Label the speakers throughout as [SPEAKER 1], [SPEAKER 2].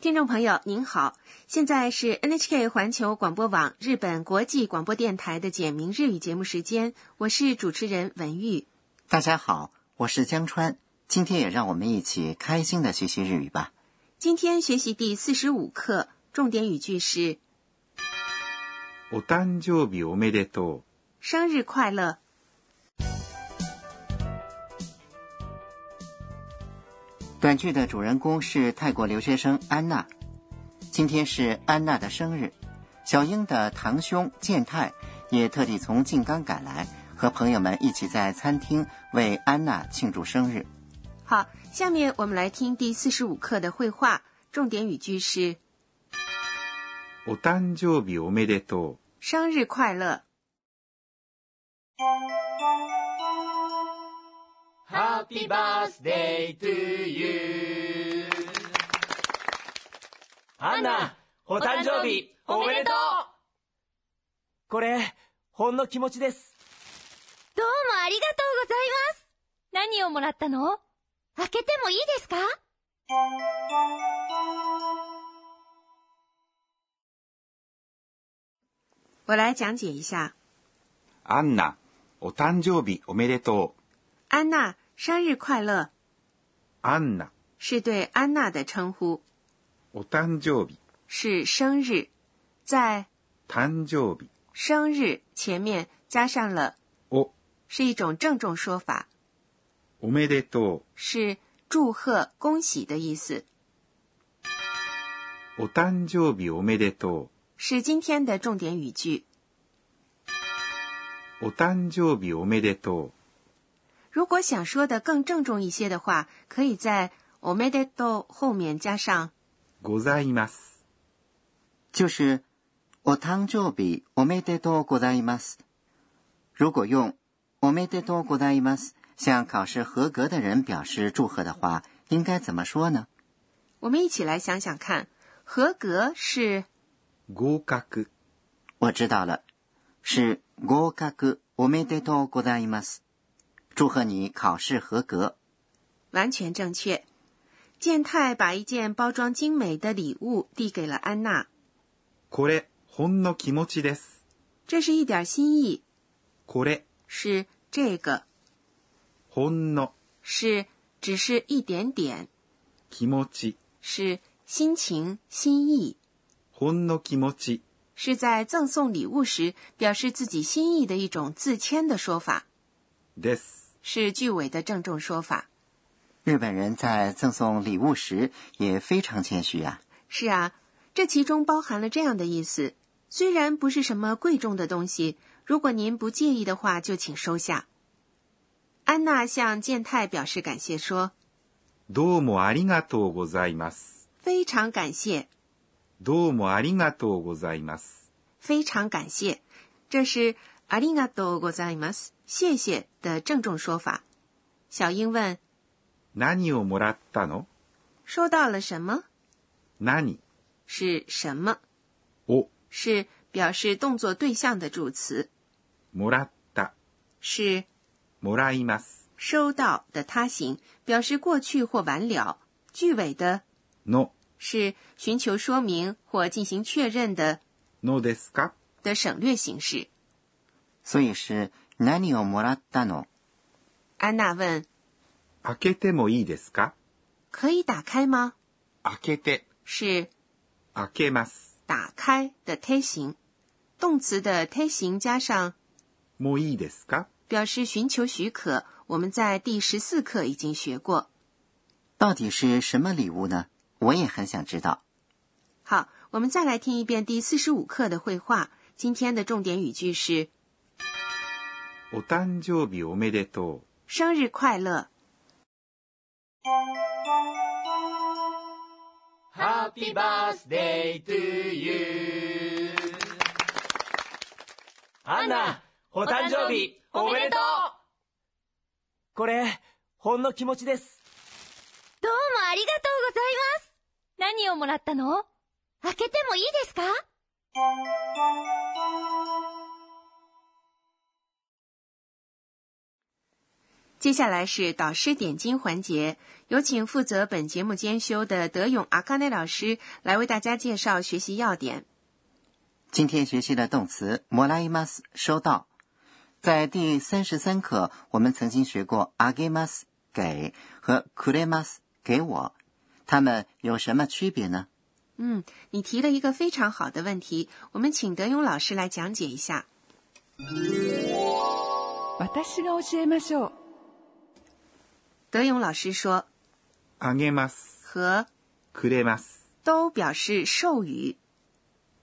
[SPEAKER 1] 听众朋友您好，现在是 NHK 环球广播网日本国际广播电台的简明日语节目时间，我是主持人文玉。
[SPEAKER 2] 大家好，我是江川，今天也让我们一起开心的学习日语吧。
[SPEAKER 1] 今天学习第四十五课，重点语句是
[SPEAKER 3] お誕生日おめでと
[SPEAKER 1] “生日快乐
[SPEAKER 2] 短剧的主人公是泰国留学生安娜，今天是安娜的生日，小英的堂兄健太也特地从静冈赶来，和朋友们一起在餐厅为安娜庆祝生日。”。
[SPEAKER 1] 好，下面我们来听第四十五课的绘画，重点语句是
[SPEAKER 3] う。お誕生日おめでと
[SPEAKER 1] “生日快乐
[SPEAKER 4] ハッピーバースデートゥーユーアンナ、お誕生日おめでとうこれ、ほんの気持ちです。
[SPEAKER 5] どうもありがとうございます。何をもらったの開けてもいいですか
[SPEAKER 1] 我来讲解一下。
[SPEAKER 3] う。アンナ、お誕生日おめでとう。
[SPEAKER 1] 安娜生日快乐
[SPEAKER 3] アンナ、
[SPEAKER 1] 是对安娜的称呼，
[SPEAKER 3] お誕生日、
[SPEAKER 1] 是生日，在
[SPEAKER 3] 誕生日、
[SPEAKER 1] 生日前面加上了
[SPEAKER 3] お、
[SPEAKER 1] 是一种郑重说法，
[SPEAKER 3] おめでと
[SPEAKER 1] 是祝贺、恭喜的意思，
[SPEAKER 3] う。お誕生日おめでと
[SPEAKER 1] 是今天的重点语句。
[SPEAKER 3] う。お誕生日おめでと
[SPEAKER 1] 如果想说的更郑重一些的话，可以在 o m e d e t o 后面加上
[SPEAKER 3] う。ございます。
[SPEAKER 2] 就是お誕生日おめでとうございます。如果用おめでとうございます向考试合格的人表示祝贺的话，应该怎么说呢？
[SPEAKER 1] 我们一起来想想看，合格是
[SPEAKER 3] 合格、
[SPEAKER 2] 我知道了，是合格おめでとうございます。祝贺你考试合格。
[SPEAKER 1] 完全正确。健太把一件包装精美的礼物递给了安娜，
[SPEAKER 3] これ、ほんの気持ちです。
[SPEAKER 1] 这是一点心意，
[SPEAKER 3] これ、
[SPEAKER 1] 是这个，
[SPEAKER 3] ほんの
[SPEAKER 1] 是只是一点点，
[SPEAKER 3] 気持ち、
[SPEAKER 1] 是心情、心意，
[SPEAKER 3] ほんの気持ち。
[SPEAKER 1] 是在赠送礼物时表示自己心意的一种自谦的说法，
[SPEAKER 3] です。
[SPEAKER 1] 是句尾的郑重说法。
[SPEAKER 2] 日本人在赠送礼物时也非常谦虚啊。
[SPEAKER 1] 是啊，这其中包含了这样的意思：虽然不是什么贵重的东西，如果您不介意的话，就请收下。安娜向健太表示感谢，说
[SPEAKER 3] どうもありがとうございます。：“
[SPEAKER 1] 非常感谢，
[SPEAKER 3] どうもありがとうございます。
[SPEAKER 1] 非常感谢。”这是ありがとうございます，谢谢的郑重说法。小英问
[SPEAKER 3] 何をもらったの：“
[SPEAKER 1] 收到了什么？
[SPEAKER 3] 何
[SPEAKER 1] 是什么？
[SPEAKER 3] を
[SPEAKER 1] 是表示动作对象的助词，
[SPEAKER 3] もらった、
[SPEAKER 1] 是
[SPEAKER 3] もらいます、
[SPEAKER 1] 收到的他形，表示过去或完了。句尾的
[SPEAKER 3] の、
[SPEAKER 1] 是寻求说明或进行确认的
[SPEAKER 3] のですか
[SPEAKER 1] 的省略形式。
[SPEAKER 2] 所以是何をもらったの？
[SPEAKER 1] 安娜问
[SPEAKER 3] 開けてもいいですか：“
[SPEAKER 1] 可以打开吗
[SPEAKER 3] 開けて、？”
[SPEAKER 1] 是
[SPEAKER 3] 開けます、
[SPEAKER 1] 打开的推形，动词的推形加上
[SPEAKER 3] もういいですか
[SPEAKER 1] 表示寻求许可。我们在第十四课已经学过。
[SPEAKER 2] 到底是什么礼物呢？我也很想知道。
[SPEAKER 1] 好，我们再来听一遍第四十五课的绘画。今天的重点语句是
[SPEAKER 3] お誕生日おめでと
[SPEAKER 1] “生日快乐”。
[SPEAKER 4] ハッピーバースデートゥーユーアンナ、お誕生日おめでとうこれ、ほんの気持ちです。
[SPEAKER 5] どうもありがとうございます。何をもらったの開けてもいいですか
[SPEAKER 1] 接下来是导师点睛环节，有请负责本节目监修的德勇阿卡内老师来为大家介绍学习要点。
[SPEAKER 2] 今天学习的动词もらいます收到。在第三十三课，我们曾经学过あげます给和くれます给我，它们有什么区别呢？
[SPEAKER 1] 嗯，你提了一个非常好的问题，我们请德勇老师来讲解一下。
[SPEAKER 6] 私が教えましょう。
[SPEAKER 1] 德勇老师说
[SPEAKER 3] あげます。
[SPEAKER 1] 和
[SPEAKER 3] くれます。
[SPEAKER 1] 都表示授予，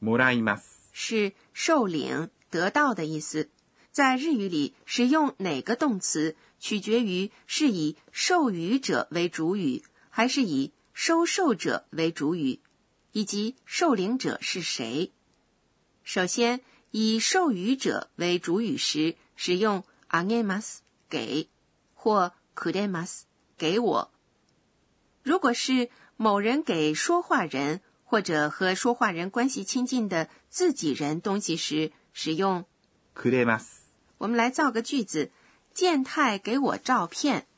[SPEAKER 3] もらいます。
[SPEAKER 1] 是受领、得到的意思。在日语里，使用哪个动词取决于是以授予者为主语，还是以收受者为主语，以及受领者是谁。首先，以授予者为主语时，使用あげます给或くれます给我。如果是某人给说话人或者和说话人关系亲近的自己人东西时，使用
[SPEAKER 3] くれます。
[SPEAKER 1] 我们来造个句子：健太给我照片。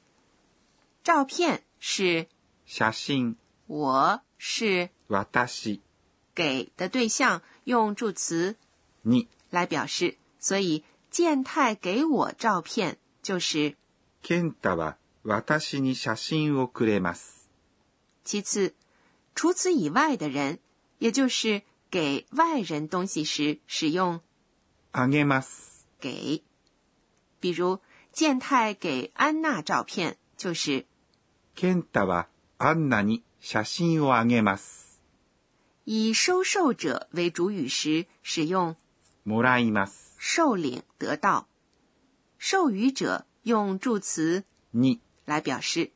[SPEAKER 1] 照片是
[SPEAKER 3] 写真、
[SPEAKER 1] 我是
[SPEAKER 3] 私
[SPEAKER 1] 给的对象，用助词
[SPEAKER 3] に、
[SPEAKER 1] 来表示，所以健太给我照片就是。
[SPEAKER 3] 健太は私に写真をくれます。
[SPEAKER 1] 其次，除此以外的人，也就是给外人东西时使用
[SPEAKER 3] あげます。
[SPEAKER 1] 给。比如，健太给安娜照片就是
[SPEAKER 3] 健太はアンナに写真をあげます。
[SPEAKER 1] 以收受者为主语时使用
[SPEAKER 3] もらいます。
[SPEAKER 1] 受领得到，授予者用助词
[SPEAKER 3] に、
[SPEAKER 1] 来表示。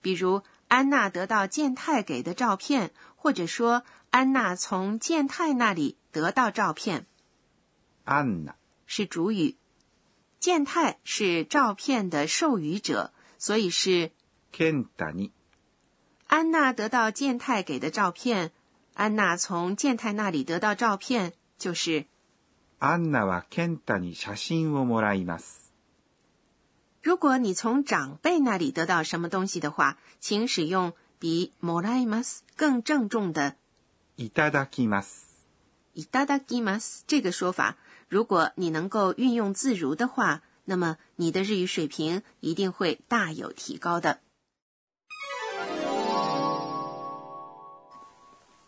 [SPEAKER 1] 比如，安娜得到健太给的照片，或者说安娜从健太那里得到照片
[SPEAKER 3] アンナ、
[SPEAKER 1] 是主语，健太是照片的授予者，所以是
[SPEAKER 3] 健太に、
[SPEAKER 1] 安娜得到健太给的照片，安娜从健太那里得到照片就是。
[SPEAKER 3] アンナは健太に写真をもらいます。
[SPEAKER 1] 如果你从长辈那里得到什么东西的话，请使用比もらいます更郑重的
[SPEAKER 3] いただきます。
[SPEAKER 1] いただきます这个说法。如果你能够运用自如的话，那么你的日语水平一定会大有提高的。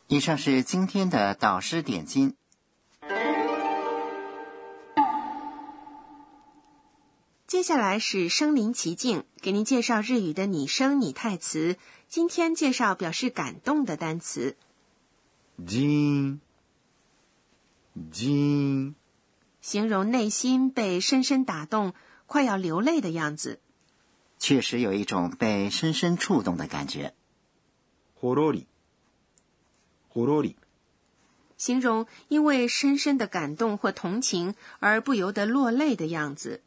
[SPEAKER 2] 以上是今天的导师点睛。
[SPEAKER 1] 接下来是身临其境，给您介绍日语的拟声拟态词。今天介绍表示感动的单词
[SPEAKER 3] ジーン、ジーン、
[SPEAKER 1] 形容内心被深深打动、快要流泪的样子。
[SPEAKER 2] 确实有一种被深深触动的感觉。
[SPEAKER 3] ほろり、ほろり、
[SPEAKER 1] 形容因为深深的感动或同情而不由得落泪的样子。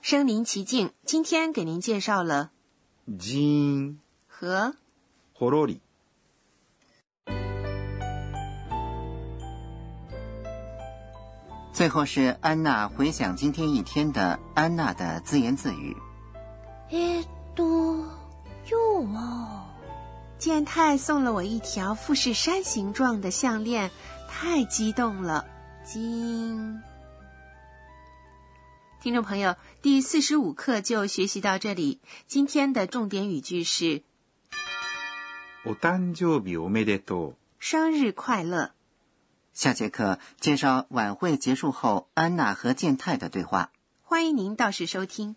[SPEAKER 1] 身临其境，今天给您介绍了
[SPEAKER 3] ジーン、
[SPEAKER 1] 和
[SPEAKER 3] ほろり。
[SPEAKER 2] 最后是安娜回想今天一天的安娜的自言自语。
[SPEAKER 5] えーっと、今日は、
[SPEAKER 1] 健太送了我一条富士山形状的项链，太激动了，金。听众朋友，第四十五课就学习到这里。今天的重点语句是
[SPEAKER 3] お誕生日おめでと
[SPEAKER 1] “生日快乐”。
[SPEAKER 2] 下节课介绍晚会结束后安娜和健太的对话。
[SPEAKER 1] 欢迎您到时收听。